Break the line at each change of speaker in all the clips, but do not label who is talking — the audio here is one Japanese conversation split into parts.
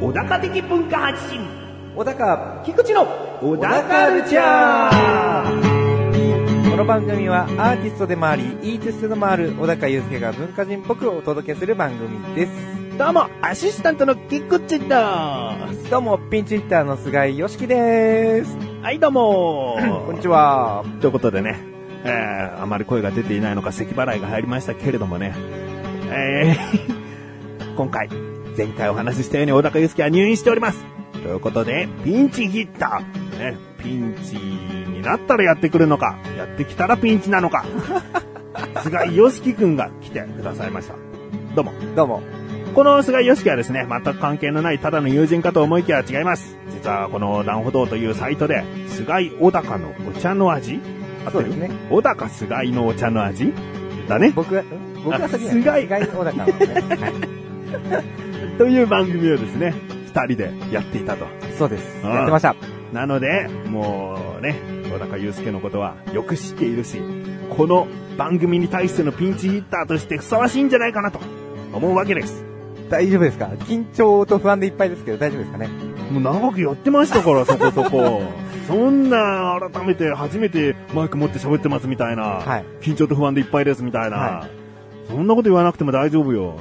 小高的文化発信
小高
菊池の小高ルチャー
この番組はアーティストでもありイーティストでもある小高祐介が文化人っぽくお届けする番組です
どうもアシスタントの菊池ですは
どうもピンチヒッターの菅井よしきです
いどうも
こんにちは
ということでね、えー、あまり声が出ていないのか咳払いが入りましたけれどもね、えー 今回、前回お話ししたように小高祐介は入院しております。ということで、ピンチヒッター。ね、ピンチになったらやってくるのか、やってきたらピンチなのか。菅井良樹くんが来てくださいました。どうも。
どうも
この菅井良樹はですね、全く関係のないただの友人かと思いきや違います。実はこの乱歩堂というサイトで、菅井小高のお茶の味合って
そう
る
ですね
小高菅井のお茶の味だね。
僕がん僕が先に
あ菅井
菅井小高なんですね、はい
という番組をですね、二人でやっていたと。
そ うです
うん
やってました
なので、もうね、小高祐介のことはよく知っているし、この番組に対してのピンチヒッターとしてふさわしいんじゃないかなと思うわけです。
大丈夫ですか緊張と不安でいっぱいですけど大丈夫ですかね
もう長くやってましたから、そこそこ。そんな、改めて、初めてマイク持って喋ってますみたいな。
はい
緊張と不安でいっぱいですみたいな。
は
そんなこと言わなくても大丈夫よ。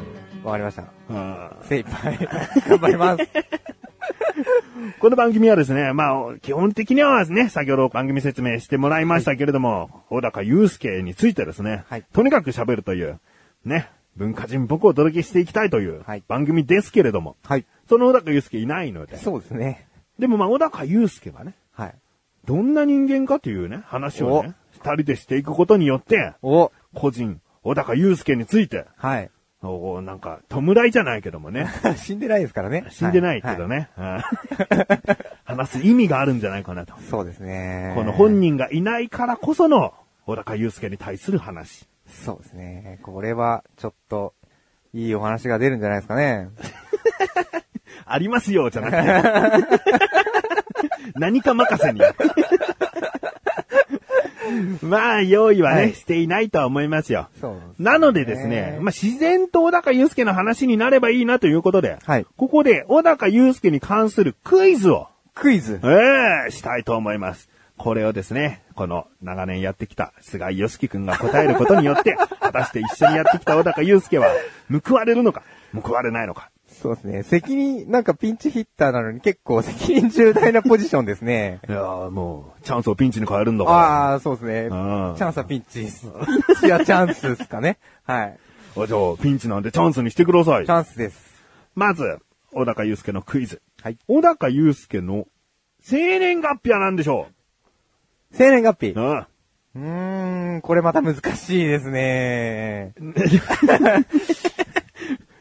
わかりました
は
精一杯 頑張り ます
いこの番組はですね、まあ、基本的にはですね、先ほど番組説明してもらいましたけれども、小高祐介についてですね、
はい
とにかく喋るという、ね、文化人僕をお届けしていきたいという
はい
番組ですけれども、
はい
その小高祐介いないので、
そうですね
でもまあ、小高祐介がね、
はい
どんな人間かというね、話をね、二人でしていくことによって、
お
個人、小高祐介について、
はい
おなんか、弔いじゃないけども ね、
死んでないですからね
死んでないけ
は
ど
は
ね、うん 話す意味があるんじゃないかなと。
そうですね
この本人がいないからこその、小高祐介に対する話。
そうですね。これは、ちょっと、いいお話が出るんじゃないですかね。
ありますよ、じゃなく て。何か任せに。まあ、用意はね、
はい
していないとは思いますよ。
そうですね
なのでですね、まあ、自然と小高祐介の話になればいいなということで、
はい
ここで小高祐介に関するクイズを、
クイズ
ええしたいと思います。これをですね、この長年やってきた菅井良樹くんが答えることによ って、果たして一緒にやってきた小高祐介は、報われるのか、報われないのか。
そうですね。責任、なんかピンチヒッターなのに結構責任重大なポジションですね。
いやーもう、チャンスをピンチに変えるんだ から。あ
ああ、そうですね。チ
うん
ャンスはピンチです。ピンチはチャンスですかね。はい。
じゃあ、ピンチなんでチャンスにしてください
チ。ャンスです。
まず、小高祐介のクイズ。
はい。
小高祐介の生年月日は何でしょ
生年月
う
日。う
うん。
ーん、これまた難しいですね。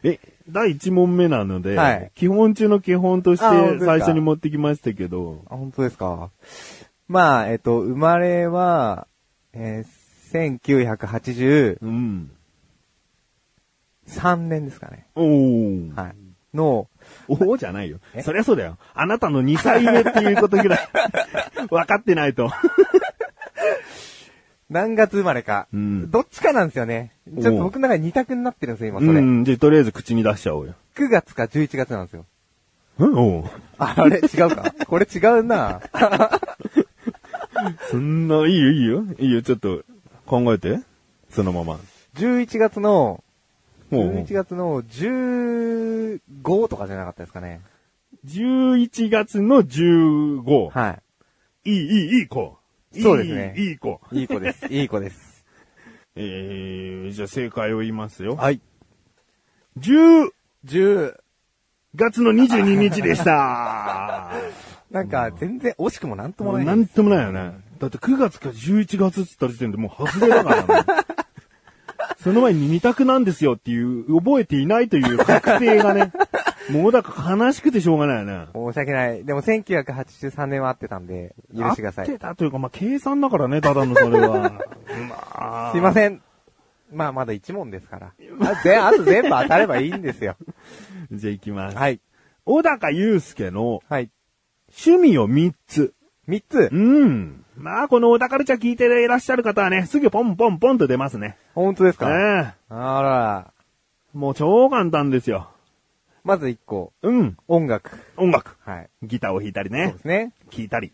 え、第1問目なので、
はい
基本中の基本とし
あ本当で
て
すか
最初に持ってきましたけど、
あ、本当ですか。まあ、えっと、生まれは、えー、
うん。
1983年ですかね。
おー。
はい。の、
おーじゃないよ。
え
そりゃそうだよ。あなたの2歳上っていうことぐ らい、分かってないと。
何月生まれか。
うん
どっちかなんですよね。
おう
ちょっと僕の中で二択になってるんですよ、今それ。
うん、じゃあとりあえず口に出しちゃおうよ。
9月か11月なんですよ。
うん、おー
ああれ違うかこれ違うな
そんな、いいよ、いいよ。いいよ、ちょっと、考えて。そのまま。
11月の、
おうおう
11月の15とかじゃなかったですかね。
11月の15。
はい
い、いい、いい子。いい
そうですね
いい子。
い。いい子です。いい子です。
えー、じゃあ正解を言いますよ。
はい。
10
10。
月の22日でした。
なんか、全然惜しくもなんと
も
もな
う
い。
なんともないよね。だって9月か11月って言った時点でもう外れだからね。 その前に二択なんですよっていう、覚えていないという確定が ね、もうだから悲しくてしょうがないよね。
申し訳ない。でも1983年は合ってたんで、許してください。
合っ
す
てたというか、まあ、計算だからね、ただのそれ は。まあ。
いません。まあ、まだ1問ですから。あぜあと全部当たればいいんで すよ。
ん。じゃあ行きます。
はい。
小高祐介の
はい。
趣味を3つ。
3つ。
うん。まあ、この小田カルチャー聞いていらっしゃる方はね、すぐポンポンポンと出ますね。
本当です
え
か、
え
あら。
もう超簡単ですよ。
まず1個。
うん。
音楽。
音楽。
はい。
ギターを弾いたり
そう
ね
で。すね。
聴いたり。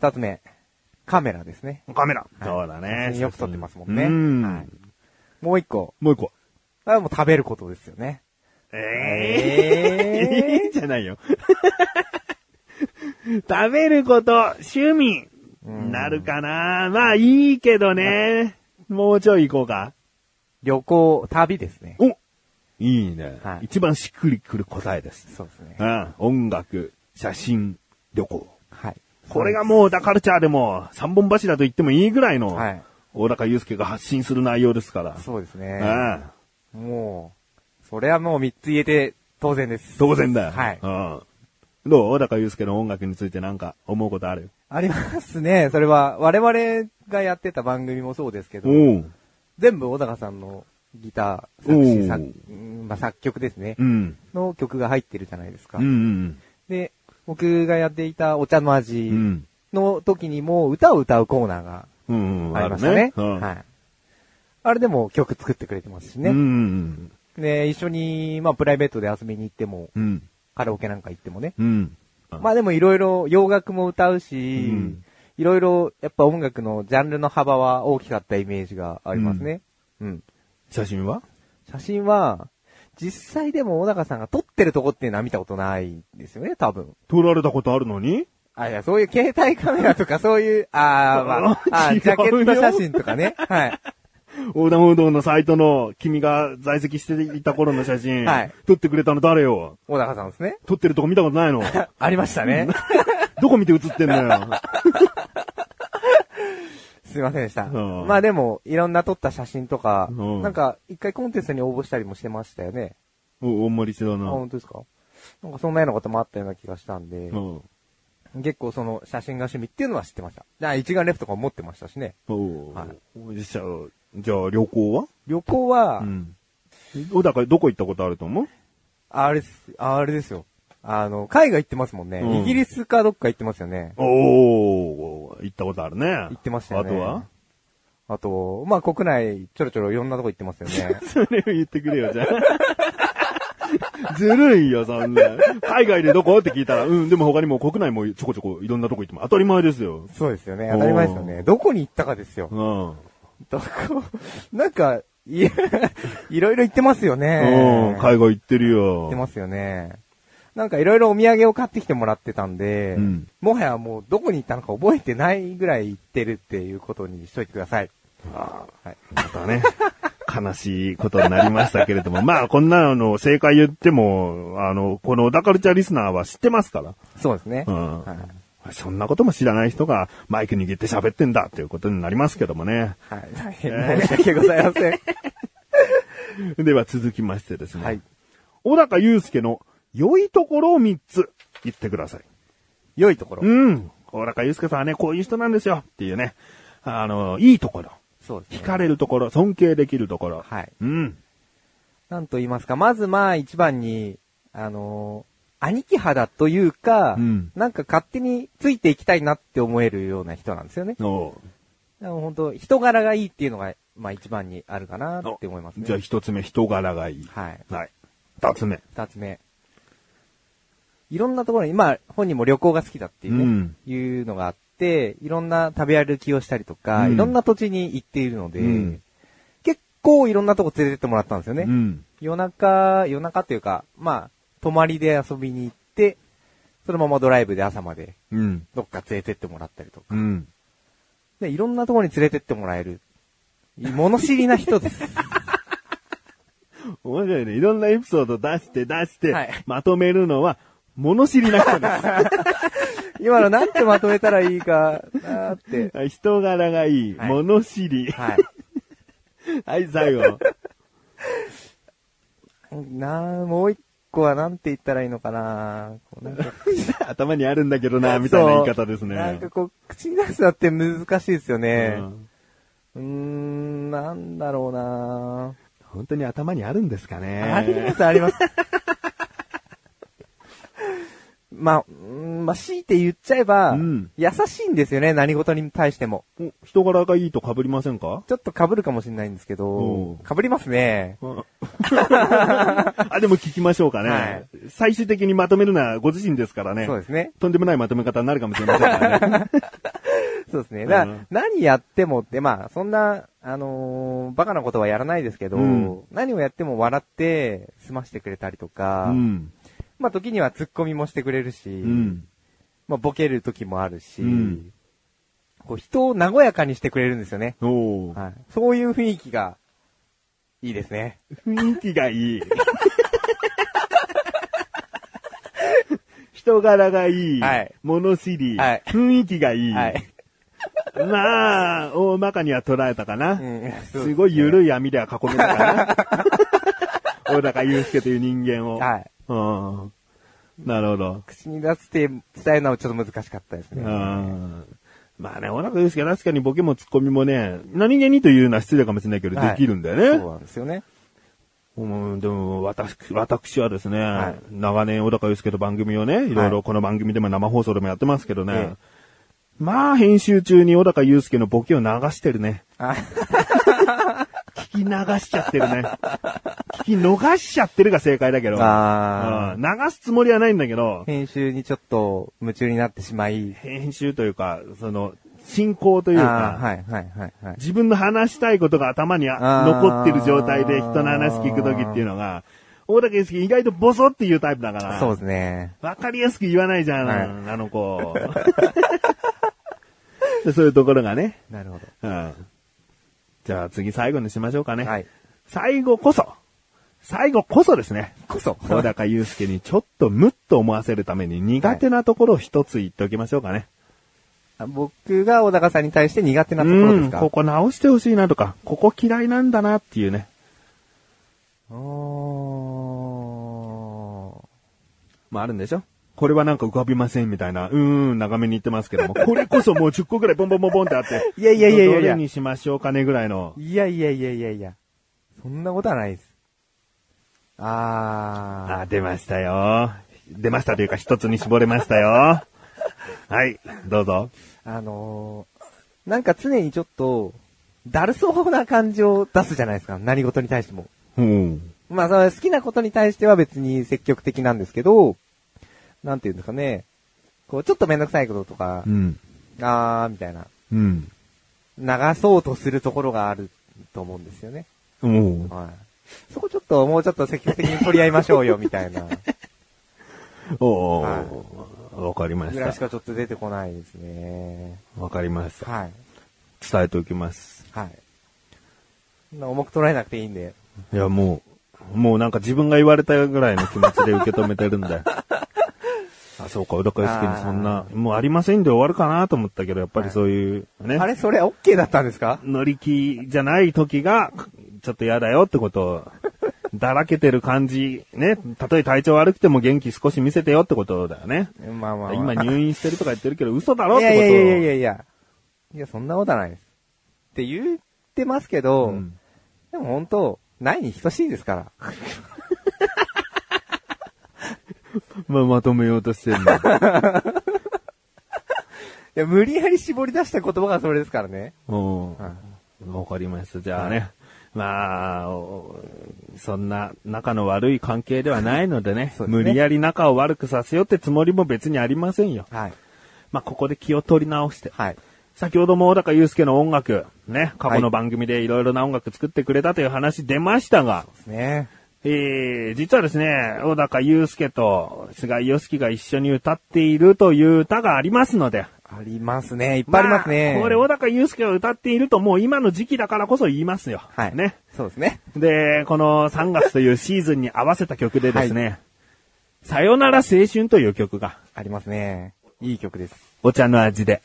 2つ目。カメラですね。
カメラ。そうだ
写
ね。
真よく撮ってますもんね。
うん。
はい、もう1個。
もう一個。
あもう食べることですよね。
ええ
え
いいんじゃないよ。食べること、趣味、
うん
なるかな。まあいいけどね。もうちょい行こうか。
旅行、旅ですね。
おいいね、
はい
一番しっくりくる答えです。
そうですね。
うん。音楽、写真、旅行。
はい。
これがもう、ダカルチャーでも、三本柱と言ってもいいぐらいの、
はい
大高祐介が発信する内容ですから。
そうですね。
うん
もう、それはもう3つ言えて当然です。
当然だよ。
はい。
うん。どう小高祐介の音楽についてなんか思うことある
ありますね。それは、我々がやってた番組もそうですけど、
うん。
全部小高さんのギター、作詞、
おう
作うんまあ、作曲ですね
う。ん。
の曲が入ってるじゃないですか。
うんうん
で、僕がやっていたお茶の
う
味
ん。
の時にも歌を歌うコーナーが
うん。うんうん。
ありましたね。
あるうん
はい。あれでも曲作ってくれてますし
うんう
ね。
ん
で、一緒に、まあ、プライベートで遊びに行っても、
うん。うん。
カラオケなんか行ってもね。
うん。
まあでもいろいろ洋楽も歌うし
うん、
いろいろやっぱ音楽のジャンルの幅は大きかったイメージがありますね。うん。
写真は
写真は、実際でも小高さんが撮ってるとこっていうのは見たことないんですよね、多分。
撮られたことあるのに
あ、いや、そういう携帯カメラとかそういう、あ ー、まあ、あ
違うよ
ージャケット写真とかね。はい。
横断歩道のサイトの君が在籍していた頃の写真。
はい。
撮ってくれたの誰よ
小高さ んですね。
撮ってるとこ見たことない の
ありましたね。
どこ見て写ってんの よ。
すいませんでした。
うん
まあでも、いろんな撮った写真とか、
うん
なんか、一回コンテストに応募したりもしてましたよね。
お、大盛りしてた
あ、
な。
本当ですかなんかそんなようなこともあったような気がしたんで
う、ん。
結構その写真が趣味っていうのは知ってました。じゃあ一眼レフとかも持ってましたしね。
お
はい
ーじゃあ、じゃあ旅行は
旅行は、
うん。小高どこ行ったことあると思う
あれです、あれですよ。あの、海外行ってますもんね。
うん
イギリスかどっか行ってますよね。
おー、行ったことあるね。行
ってましたよね
あとは。
あと、まあ国内ちょろちょろいろんなとこ行ってますよね
それを言ってくれよ、じゃ あ。ずるいよ、そんな。海外でどこって聞いたら、うん、でも他にも国内もちょこちょこいろんなとこ行っても当たり前ですよ。
そうですよね。当たり前ですよ
お
ね。どこに行ったかですよ
う。ん。
どこ、 なんか、い、いろいろ行ってますよ
うん
ね。、
海外行ってる
行
よ。
ってますよね。なんかいろいろお土産を買ってきてもらってたんで、
うん
もはやもうどこに行ったのか覚えてないぐらい行ってるっていうことにしといてください。
あ
はい。
またね、悲しいことになりましたけれども、 まあ、こんなの正解言っても、あの、このダカルチャーリスナーは知ってますから。
そうですね。
うん
はい。
そんなことも知らない人がマイク握って喋ってんだっていうことになりますけどもね。
はい。大 変申し訳ございま せん。
では続きましてですね。
はい。
小高祐介の良いところを3つ言ってください。
良いところ。
うん。小高祐介さんはね、こういう人なんですよっていうね。あの、いいところ。
そうで
惹
すね。
かれるところ、尊敬できるところ。
はい。
うん。
なんと言いますか、まずまあ一番に、あのー兄貴肌というか、
うん
なんか勝手についていきたいなって思えるような人なんですよね。
おう
でも本当人柄がいいっていうのが、まあ一番にあるかなって思いますね。
じゃあ一つ目、人柄がいい。
はい。
はい。二つ目。
二つ目。いろんなところに、まあ本人も旅行が好きだっていうね、
うん
いうのがあって、いろんな食べ歩きをしたりとか、
うん
いろんな土地に行っているので、
うん
結構いろんなとこ連れてってもらったんですよね。
うん。
夜中、夜中というか、まあ、泊まりで遊びに行って、そのままドライブで朝まで
うん。
どっか連れてってもらったりとか。
うん。
で、いろんなところに連れてってもらえる。物知りな 人です。
面白いね。いろんなエピソード出して出して、
はい
まとめるのは、物知りな人 で
今のなんてまとめたらいいかなーって。
す。人柄がいい、
はい
物知り。
はい。
はい、最後。
なーもう一個はなんて言ったらいいの かなこうなんか
頭にあるんだけどな、みたいな言い方ですね。
そうなんかこう、口に出すのって難しいですよね
う。ん
うーん、なんだろうな
本当に 頭にあるんですかね。
あります、あります。まあ、うんまあ、強いて言っちゃえば、
うん
優しいんですよね、何事に対しても。
お人柄がいいと被りませんか
ちょっと被るかもしれないんですけ
おう、
ど被りますね。
あ、でも聞きましょうかね。
はい
最終的にまとめるのはご自身ですからね。
そうですね。
とんでもないまとめ方になるかもしれませんから ね。
そうですね。だか
う
ら
ん、
何やってもって、まあ、そんな、あのーバカなことはやらないですけど、
うん
何をやっても笑って済ましてくれたりと
う
か、
ん。
まあ、時にはツッコミもしてくれるし、
うん。
まあ、ボケる時もあるし、
うん
こう人を和やかにしてくれるんですよね。
おー
はい、そういう雰囲気が、いいですね。
雰囲気がいい。 人柄がいい。
はい
物知り。
はい
雰囲気がいい。
はい。
まあ、大まかには捉えたかな。
うん
すごい緩い網では囲めた かな。小高祐介という人間を。
はい。
うん。なるほど。
口に出して伝えるのはちょっと難しかったです
う
ね。
ん。まあね、小高祐介は確かにボケもツッコミもね、何気にというのは失礼かもしれないけど、
はい
できるんだよ
そう
ね。
なんですよね。
うん、でも、私、私はですね、
はい
長年小高祐介と番組をね、いろいろこの番組でも生放送でもやってますけどね、
ええ
まあ、編集中に小高祐介のボケを流してるね。
あ
聞き流しちゃってるね。聞き逃しちゃってるが正解だけど。
あー
うん流すつもりはないんだけど、
編集にちょっと夢中になってしまい、
編集というか、その、進行という
あ
か、
ーはいはいはいはい。
自分の話したいことが頭にあ
あー
残ってる状態で人の話聞くときっていうのが、大竹祐介意外とボソっていうタイプだから、
そうですね。
わかりやすく言わないじゃん、
はい
あの子。 でそういうところがね、
なるほ
う
ど。
ん。じゃあ次最後にしましょうかね。
はい。
最後こそ、最後こそですね。
こそ。
小高祐介にちょっとムッと思わせるために苦手なところを一つ言っておきましょうかね。
僕が小高さんに対して苦手なところで
う
す
ん、
か
ここ直してほしいなとか、ここ嫌いなんだなっていうね。
お
まああるんでしょこれはなんか浮かびませんみたいな、うーん、長めに言ってますけども、これこそもう10個ぐらいボンボンボンボンってあって。
いやいやいやいやい
ど
や
れにしましょうかねぐらいの。
ーいやいやいやいやいや。そんなことはないです。あ
あ、出ましたよ。出ましたというか一つに絞れましたよ。 はい、どうぞ。
ー、あのー、なんか常にちょっと、だるそうな感じを出すじゃないですか。何事に対しても。
うん。
まあ、その好きなことに対しては別に積極的なんですけど、なんていうんですかね。こう、ちょっとめんどくさいこととか
う、ん。
あー、みたいな、
うん。
流そうとするところがあると思うんですよね。
うん。
はい。そこちょっと、もうちょっと積極的に取り合いましょうよ、みたい な。
お
は
ー。わかりまし。
ぐらいしたかちょっと出てこないですね。
わかりました。
はい。
伝えておきます。
はい。そんな重く捉えなくていいんで。
いや、もう、もうなんか自分が言われたぐらいの気持ちで受け止めてるん で。あ、そうか、小高祐介にそんな、もうありませんで終わるかなと思ったけど、やっぱりそういう、ね、
あれ、それ OK だったんですか
乗り気じゃない時が、ちょっと嫌だよってことを、だらけてる感じ、ね、たとえ体調悪くても元気少し見せてよってことだよね。
まあまあ、ま
今
あ、
入院してるとか言ってるけど嘘だろっ
い
て
や
こ
い
とを。
やいやいやいや。いや、そんなことはないです。って言ってますけど、
うん
でも本当、ないに等しいですから。
まあ、まとめようとしてるんだ。
いや、無理やり絞り出した言葉がそれですからね。
うん。
は
わかりました。じゃあね。まあ、おそんな仲の悪い関係ではないのでね
そうですね
無理やり仲を悪くさせようってつもりも別にありませんよ。
はい。
まあ、ここで気を取り直して。
はい。
先ほども小高祐介の音楽、ね、過去の番組でいろいろな音楽作ってくれたという話出ましたが、
ですね。
えー、実はですね、小高祐介と菅井良樹が一緒に歌っているという歌がありますので、
ありますね。いっぱいありますね。
あこれ、小高祐介が歌っているともう今の時期だからこそ言いますよ。
はい。
ね。。
そうですね。
で、この3月というシーズンに合わせた曲でですね、さよなら青春という曲が、
ありますね。いい曲です。
お茶の味で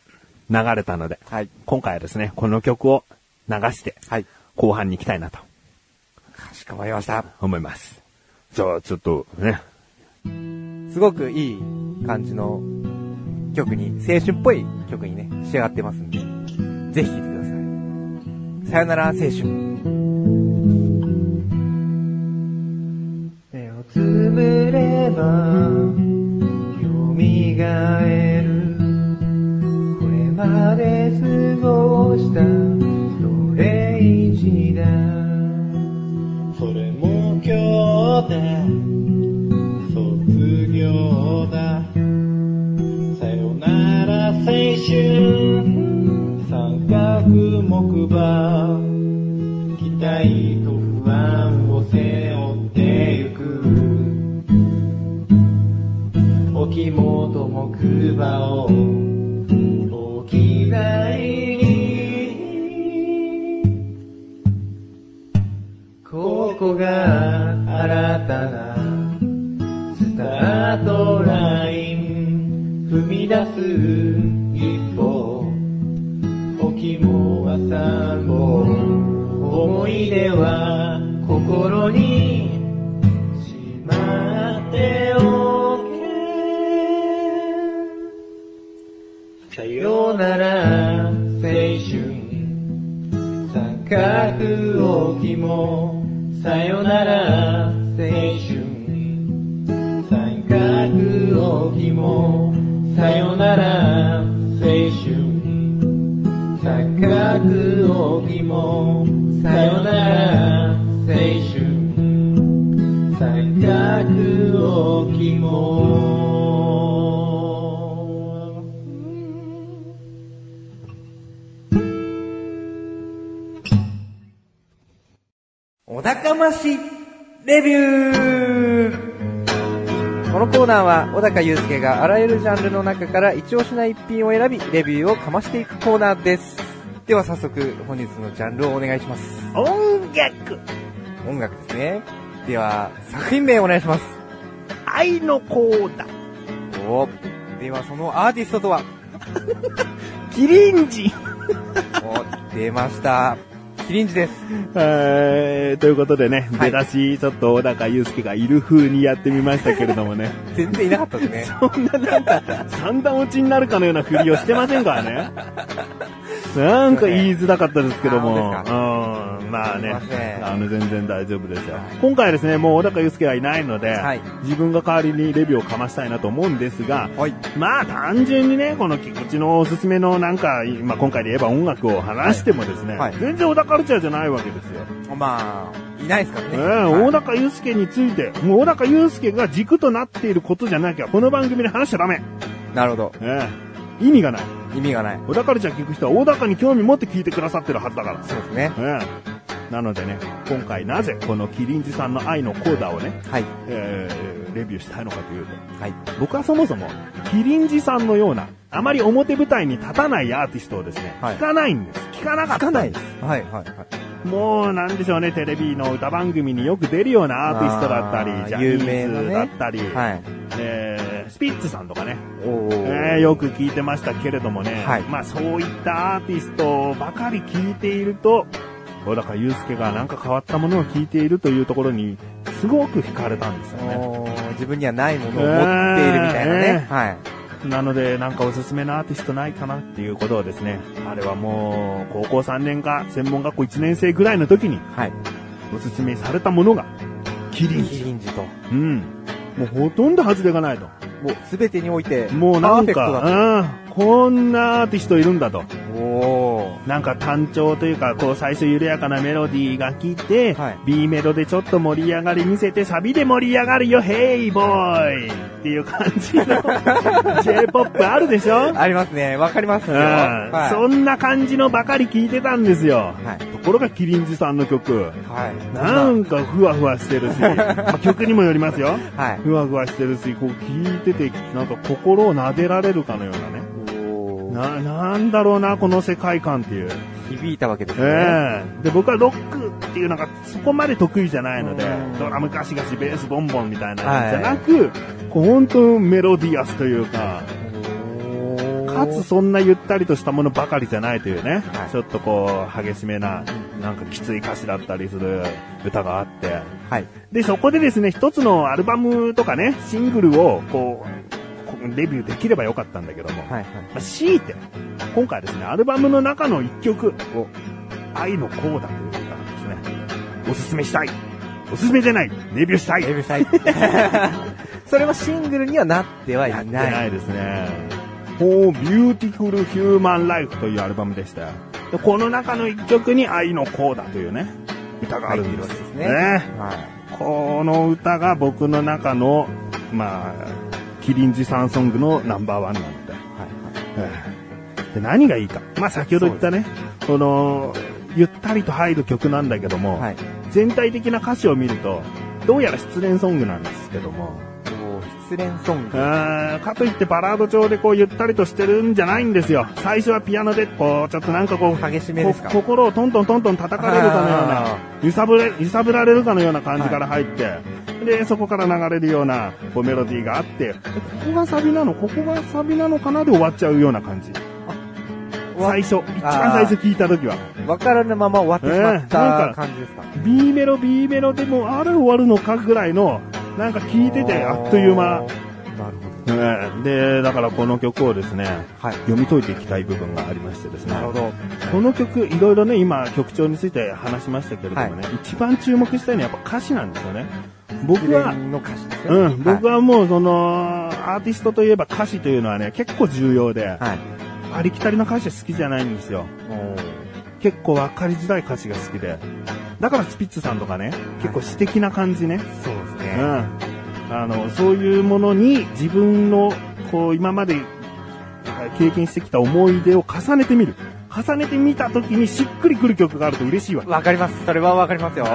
流れたので、
はい。
今回はですね、この曲を流して、
はい。
後半に行きたいなと
かしこまりました。
思います。じゃあ、ちょっとね、
すごくいい感じの曲に、青春っぽい曲にね、仕上がってますんで、ぜひ聴いてください。さよなら青春。
目をつむれば読み木馬期待と不安を背負ってゆく沖元木馬を大きなにここが新たなスタートライン踏み出す一歩時も朝も思い出は心にしまっておけさよなら青春三角置きもさよなら青春三角置きもさよなら青春三角置きもさよなら青春三角置きも
お高ましレビューこのコーナーは小高祐介があらゆるジャンルの中から一押しな一品を選びレビューをかましていくコーナーですでは早速本日のジャンルをお願いします
音楽、
音楽ですねでは作品名お願いします
愛の子だ。
おーではそのアーティストとは
キリン ジ。
お出ましたキリンジです
えーということでね、
は
出
い
だし、ちょっと小高祐介がいる風にやってみましたけれどもね、
全然いなかったですね
そんななんか、三段落ちになるかのような振りをしてませんからね。なんか言いづらかったですけども、
あ
うん、まあね
すいませ、ん
あの、全然大丈夫ですよ。今回はですね、もう小高祐介はいないので、
はい
自分が代わりにレビューをかましたいなと思うんですが、
はい
まあ単純にね、この菊池のおすすめのなんか、まあ今回で言えば音楽を話してもですね、
はいはい
全然小田カルチャーじゃないわけですよ。
まあいないですから
え
ね、
え
はい
小高祐介について、もう小高祐介が軸となっていることじゃなきゃ、この番組で話しちゃダメ。
なるほど
ええ意味がない。
意味がない
小高ルチャー聞く人は小高に興味持って聞いてくださってるはずだか
そうですね
ら。ええなのでね、今回なぜこのキリンジさんの愛のコーダをね、
はい
ええレビューしたいのかというと、
はい
僕はそもそも、キリンジさんのような、あまり表舞台に立たないアーティストをですね、
はい
聞かないんです。聞かなか
聞
った
か
んです。
ないですはいはいはい
もうなんでしょうね、テレビの歌番組によく出るようなアーティストだった
あー
り、ジャニ
有名な
ーズ
ね
だったり、
はい。
えースピッツさんとかね、
おー
えーよく聞いてましたけれどもね、
はい
まあそういったアーティストばかり聞いていると、小高祐介がなんか変わったものを聞いているというところに、すごく惹かれたんですよね。
おー自分にはないものを持っているみたいなね。
えー
はい。
なので、なんかおすすめのアーティストないかなっていうことをですね、あれはもう、高校3年か、専門学校1年生ぐらいの時に、
はい。
おすすめされたものが、キリン
キリンジと。も
うん。もうほとんど外れがないと。
う全てにおいて、
もうなん
パーフェクトだ
か、うん、こんなアーティストいるんだと。
と。お
なんか単調というか、こう最初緩やかなメロディーが来て、
はい
B メロでちょっと盛り上がり見せて、サビで盛り上がるよ、ヘイボーイっていう感じの J-POP あるでしょ
ー。ありますね。わかります
う
よ。
ん、
はい。
そんな感じのばかり聞いてたんですよ。
はい
ところがキリンジさんの曲、
はい。
なんかふわふわして るし、まあ曲にもよりますよ。
はい。
ふわふわしてるし、こう聞いてて、なんか心を撫でられるかのようなね。
おー
な、なんだろうな、この世界観っていう。
響いたわけです
ええ
ね。
で、僕はロックっていうのがそこまで得意じゃないので
うん、
ドラムガシガシ、ベースボンボンみたいな
はい
じゃなく、こう本当メロディアスというか、
おー
かつ、そんなゆったりとしたものばかりじゃないというね、
はい
ちょっとこう、激しめな、なんかきつい歌詞だったりする歌があって、
はい。
で、そこでですね、一つのアルバムとかね、シングルを、こう、こうレビューできればよかったんだけども、
はい。はい。
まあ強いて、今回はですね、アルバムの中の一曲を、愛のコーダという歌なんですね、おすすめしたい。おすすめじゃない。レビューしたい。
デビュー したい。それはシングルにはなってはい
やって
な。
ないいですね。For Beautiful Human Life というアルバムでした。でこの中の一曲に愛のコーダというね、歌があるんです。
入ってるわけです
ね
ねは
この歌が僕の中の、まあ、キリンジさんソングのナンバーワンなので。
い。は
え
い。
えで、何がいいか。まあ先ほど言ったね、その、ゆったりと入る曲なんだけども、
はい。
全体的な歌詞を見ると、どうやら失恋ソングなんですけども、
おー失恋ソング。
あーかといってバラード調でこうゆったりとしてるんじゃないんですよ。最初はピアノでこうちょっとなんかこう
激しめですか
こ心をトントントントン叩かれるかのよう
あ
な、揺さぶれ揺さぶられるかのような感じから入って、で、そこから流れるようなこうメロディーがあって、えここがサビなのここがサビなのかなで終わっちゃうような感じ。最初、一番最初聞いた時は。
わからぬまま終わってしまっ
えーな
た
んか
感じですか。
B メロ、B メロでもあれ終わるのかぐらいの、なんか聞いててあっという間
お。ー。なるほど。
ええで、だからこの曲をですね、
はい。
読み解いていきたい部分がありましてですね
なるほど。
この曲いろいろね今曲調について話しましたけれどもね、一番注目したいのはやっぱ歌詞なんですよね僕
失
は
恋の歌詞です
う
よね。
ん、僕はもうその、アーティストといえば歌詞というのはね、結構重要で、
はい。はい。
ありきたりな歌詞は好きじゃないんですよ。
おー
結構わかりづらい歌詞が好きで。だからスピッツさんとかね、結構詩的な感じね。
そうです
う
ね。
ん。あの、そういうものに自分の、こう、今まであ経験してきた思い出を重ねてみる。重ねてみた時にしっくりくる曲があると嬉しいわ。
わかります。それはわかりますよ。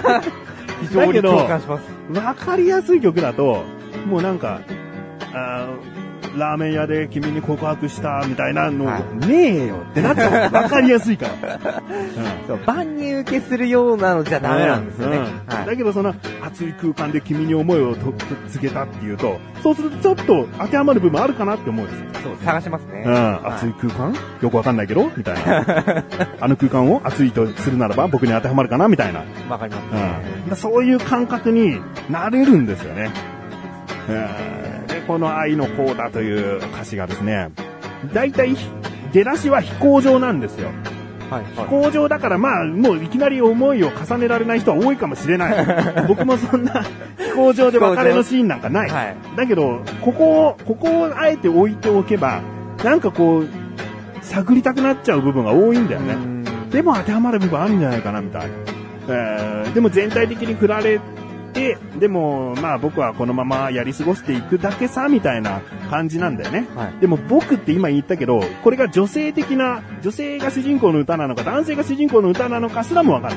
非常
だ
に
けど
共感します。
わかりやすい曲だと、もうなんか、あーラーメン屋で君に告白したみたいなの、
はい
ねえよってなっちゃう。わかりやすいから。
そう、万人受けするようなのじゃダメなんですよね。
う
は
だけどその熱い空間で君に思いをとと告げたっていうと、そうするとちょっと当てはまる部分あるかなって思うんですよ
い。そう、探しますね。
うん、熱い空間よくわかんないけどみたいな。 あの空間を熱いとするならば僕に当てはまるかなみたいな。うん
わかります
だ
ね。
からそういう感覚になれるんですよね。うんで、この愛のこうだという歌詞がですね、大体ひ出だしは飛行場なんですよ。
はい。はい
飛行場だからまあ、もういきなり思いを重ねられない人は多いかもしれない。 僕もそんな飛行場で別れのシーンなんかない。
はい。
だけど、ここを、ここをあえて置いておけば、なんかこう、探りたくなっちゃう部分が多いんだよね。でも当てはまる部分あるんじゃないかな、みたいな。えーでも全体的に振られて、でも、まあ僕はこのままやり過ごしていくだけさ、みたいな感じなんだよね。
はい。
でも僕って今言ったけど、これが女性的な、女性が主人公の歌なのか、男性が主人公の歌なのかすらもわかる。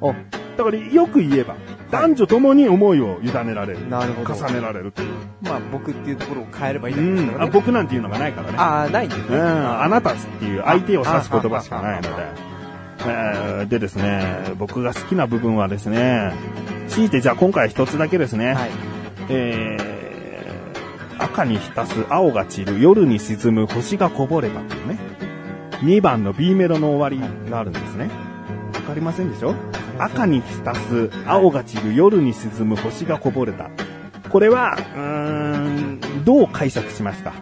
お、
だからよく言えば、男女ともに思いを委ねられる。
なるほど。
重ねられるという。
まあ、僕っていうところを変えればいいだ
う
けです
ん、
か
あ
らね。
僕なんていうのがないからね。
ああ、ないんです
う
ね。
ん、あなたっていう相手を指す言葉しかないの
ああああ
で。えーでですね、僕が好きな部分はですね、強いてじゃあ今回一つだけですね、
はい。
えー赤に浸す青が散る夜に沈む星がこぼれたっていうね、2番の B メロの終わりがあるんですね。わかりませんでしょ赤に浸す青が散る夜に沈む星がこぼれた。これは、うーん、どう解釈しますか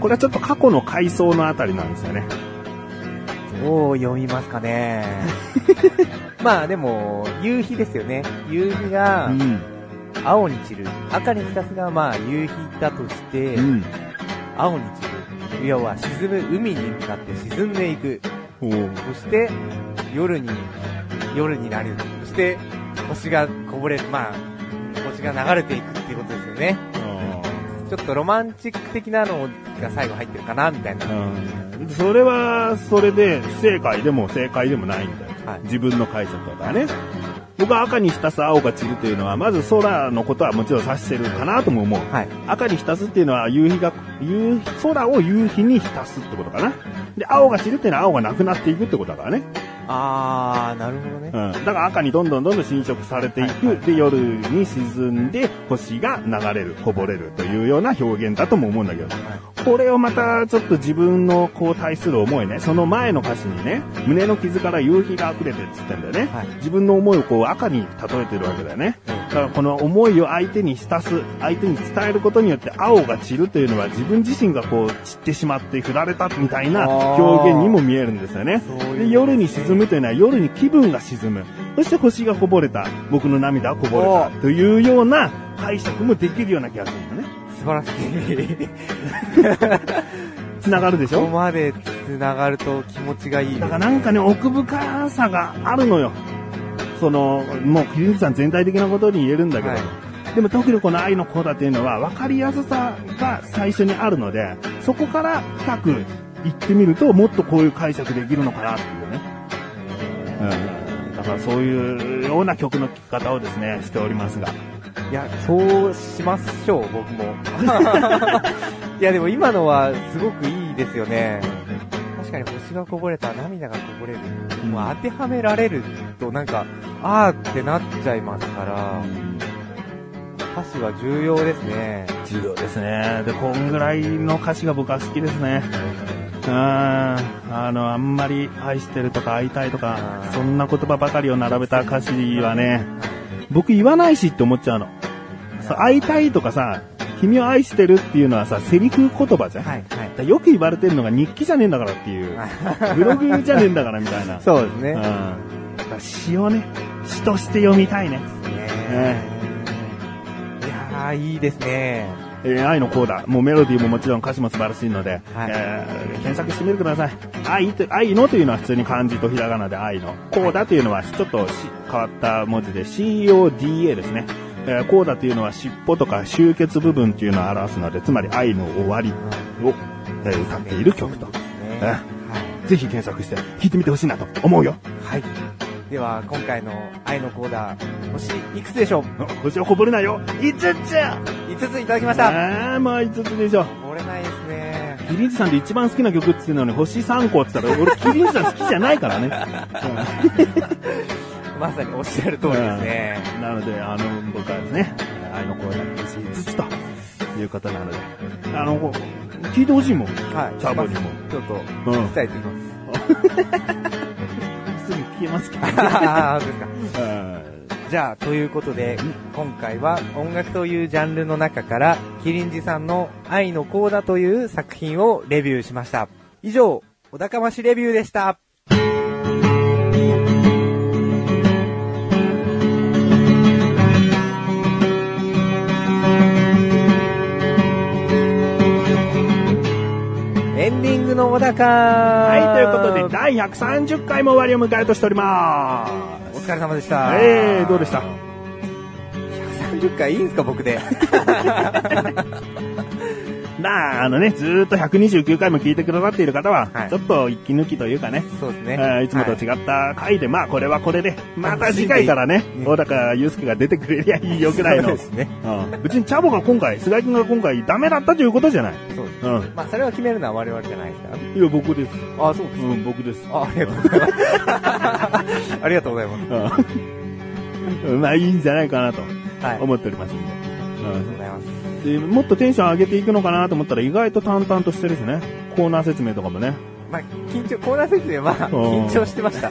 これはちょっと過去の回想のあたりなんですよね。
どう読みますか ね。まあ、でも、夕日ですよね。夕日
う
が
ん。
青に散る。赤に浸すが、まあ、夕日だとして
う、ん。
青に散る。要は、沈む海に向かって沈んでいく。
おー
そして、夜に、夜になる。そして、星がこぼれる。まあ、星が流れていくっていうことですよね。
あ
ちょっとロマンチック的なのが最後入ってるかな、みたいな。
ーうんそれは、それで、不正解でも正解でもないんだよ。
はい。
自分の解釈だからね。僕は赤に浸す青が散るというのは、まず空のことはもちろん指してるかなとも思う。
はい。
赤に浸すっていうのは夕日が、夕日、空を夕日に浸すってことかな。で、青が散るっていうのは青がなくなっていくってことだからね。
あー、なるほどね。
うん。だから赤にどんどんどんどん侵食されていく。
はい
で、夜に沈んで星が流れる、こぼれるというような表現だとも思うんだけど。これをまたちょっと自分のこう対する思いね、その前の歌詞にね、胸の傷から夕日が溢れてるって言ってんだよね。
はい。
自分の思いをこう赤に例えてるわけだよね。だからこの思いを相手に浸す、相手に伝えることによって青が散るというのは自分自身がこう散ってしまって振られたみたいな
あー
表現にも見えるんですよね。
そういう
で夜に沈むというのは夜に気分が沈む。そして星がこぼれた。僕の涙はこぼ
お
れ
ー
た。というような解釈もできるような気がするんだね。
素晴らしい。
繋がるでし
ここ
ょ
まで繋がると気持ちがいいです。
だからなんかね、奥深さがあるのよ。その、もう、キリンさん全体的なことに言えるんだけど。
はい
でも特にこの愛の子だというのは分かりやすさが最初にあるので、そこから深く行ってみると、もっとこういう解釈できるのかなっていうね。うん。だからそういうような曲の聴き方をですね、しておりますが。
いや、そうしましょう、僕も。いや、でも今のはすごくいいですよね。確かに星がこぼれた、涙がこぼれる。もう当てはめられるとなんか、あーってなっちゃいますから、歌詞は重要ですね。
重要ですね。で、こんぐらいの歌詞が僕は好きですね。うん。あの、あんまり愛してるとか会いたいとか
あ、ー
そんな言葉ばかりを並べた歌詞はね、僕言わないしって思っちゃうの。そう会いたいとかさ、君を愛してるっていうのはさ、セリフ言葉じゃん。
はい、はい
だ。からよく言われてるのが日記じゃねえんだからっていう、ブログじゃねえんだからみたいな。
そうです
うん。
ね
だ。から詩をね、詩として読みたいね。
ねいやー、いいですね。
えー愛のコーダ、もうメロディーももちろん歌詞も素晴らしいので、
はい
えー検索してみてください。愛と、愛のというのは普通に漢字とひらがなで愛の。コーダというのはちょっとし変わった文字で CODA ですね。えー、コーダというのは尻尾とか集結部分というのを表すので、つまり愛の終わりを、えー歌っている曲と。
ね
えぜひ検索して聴いてみてほしいなと思うよ。
はい。はい。では、今回の愛のコーダー、星いくつでしょう
星はこぼれないよ。5つ
?5 ついただきました。
あー、まあ5つでしょ。
漏れないですね。
キリンジさんで一番好きな曲って言ってるのに星3個って言ったら、俺キリンジさん好きじゃないからね。
まさにおっしゃる通りですね。
うんなので、あの、僕はですね、愛の声が星5つということなので、あの、こう聞いてほしいもん。
はい。
チャボにも。
ちょっと、
うん。
聞きたいと 思います。
すぐ消えますけど、
ああ、そうですか。
うん
じゃあ、ということで、今回は音楽というジャンルの中から、キリンジさんの愛のコーダという作品をレビューしました。以上、お高ましレビューでした。エンディングの小高
はい、
は
ということで、第130回も終わりを迎えようとしておりま
お
す。
疲れ様でした。
えー、どうでした
30回いいんすか僕で。
まあ、あのね、ずーっと129回も聞いてくださっている方は、
はい
ちょっと一気抜きというかね、
そうです
え
ね。
ーいつもと
はい
違った回で、まあこれはこれで、また次回からね
しんでい、い
小高祐介が出てくれりゃいいよくらい
そう
の
で。すね。
うん別にチャボが今回、菅井君が今回ダメだったということじゃない。
そうです。
うん。
まあ、それは決めるのは我々じゃないですか
いや、僕です。
ら。あ、そうで
うん、僕です。
あ、ありがとうございます。ありがとうございます。
うん まあいいんじゃないかなと
はい。ありがとう
思っておりますんで。うん
ございます。
でもっとテンション上げていくのかなと思ったら意外と淡々としてるしね。コーナー説明とかもね。
まあ、緊張、コーナー説明は緊張して ました。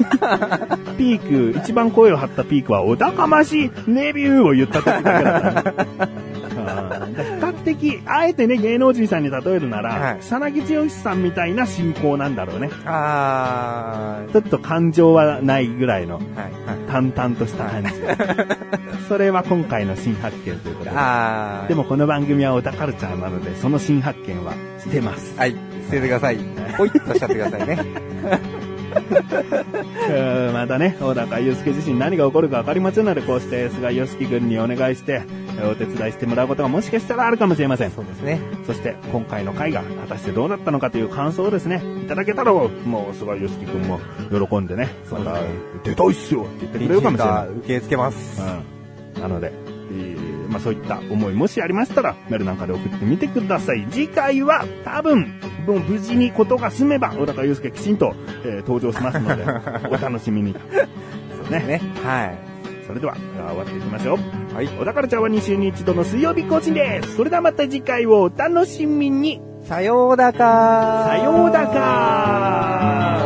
ピーク、一番声を張ったピークは、お高ましいレビューを言った時だけだからねあー比較的、あえてね、芸能人さんに例えるな
は
ら、
い
草薙剛さんみたいな進行なんだろうね。
あー
ちょっと感情はないぐらいの、
はい、はい。
淡々とした感じ。それは今回の新発見ということで。
あー。
で、もこの番組はオタカルチャーなので、その新発見は捨てます。
はい、捨ててください。ポイッとしちゃってくださいね。
えーまたね、小高祐介自身何が起こるか分かりませんので、こうして菅義樹君にお願いして、えーお手伝いしてもらうことがもしかしたらあるかもしれません。
そうですね。
そして、今回の回が果たしてどうだったのかという感想をですね、いただけたら、もう菅義樹君も喜んでね、ま
うですね
た、出たいっすよって言ってくれるかもしれない。
受け付けます。
うんなので、えーまあ、そういった思いもしありましたら、メールなんかで送ってみてください。次回は多分、もう無事にことが済めば、小高祐介きちんと、えー登場します ので、お楽しみに。そうね。
ね。は
それでは、終わっていきましょう。
い。はい。
小高ちゃんは2週に1度の水曜日更新です。それではまた次回をお楽しみに。
さようだか
さようだか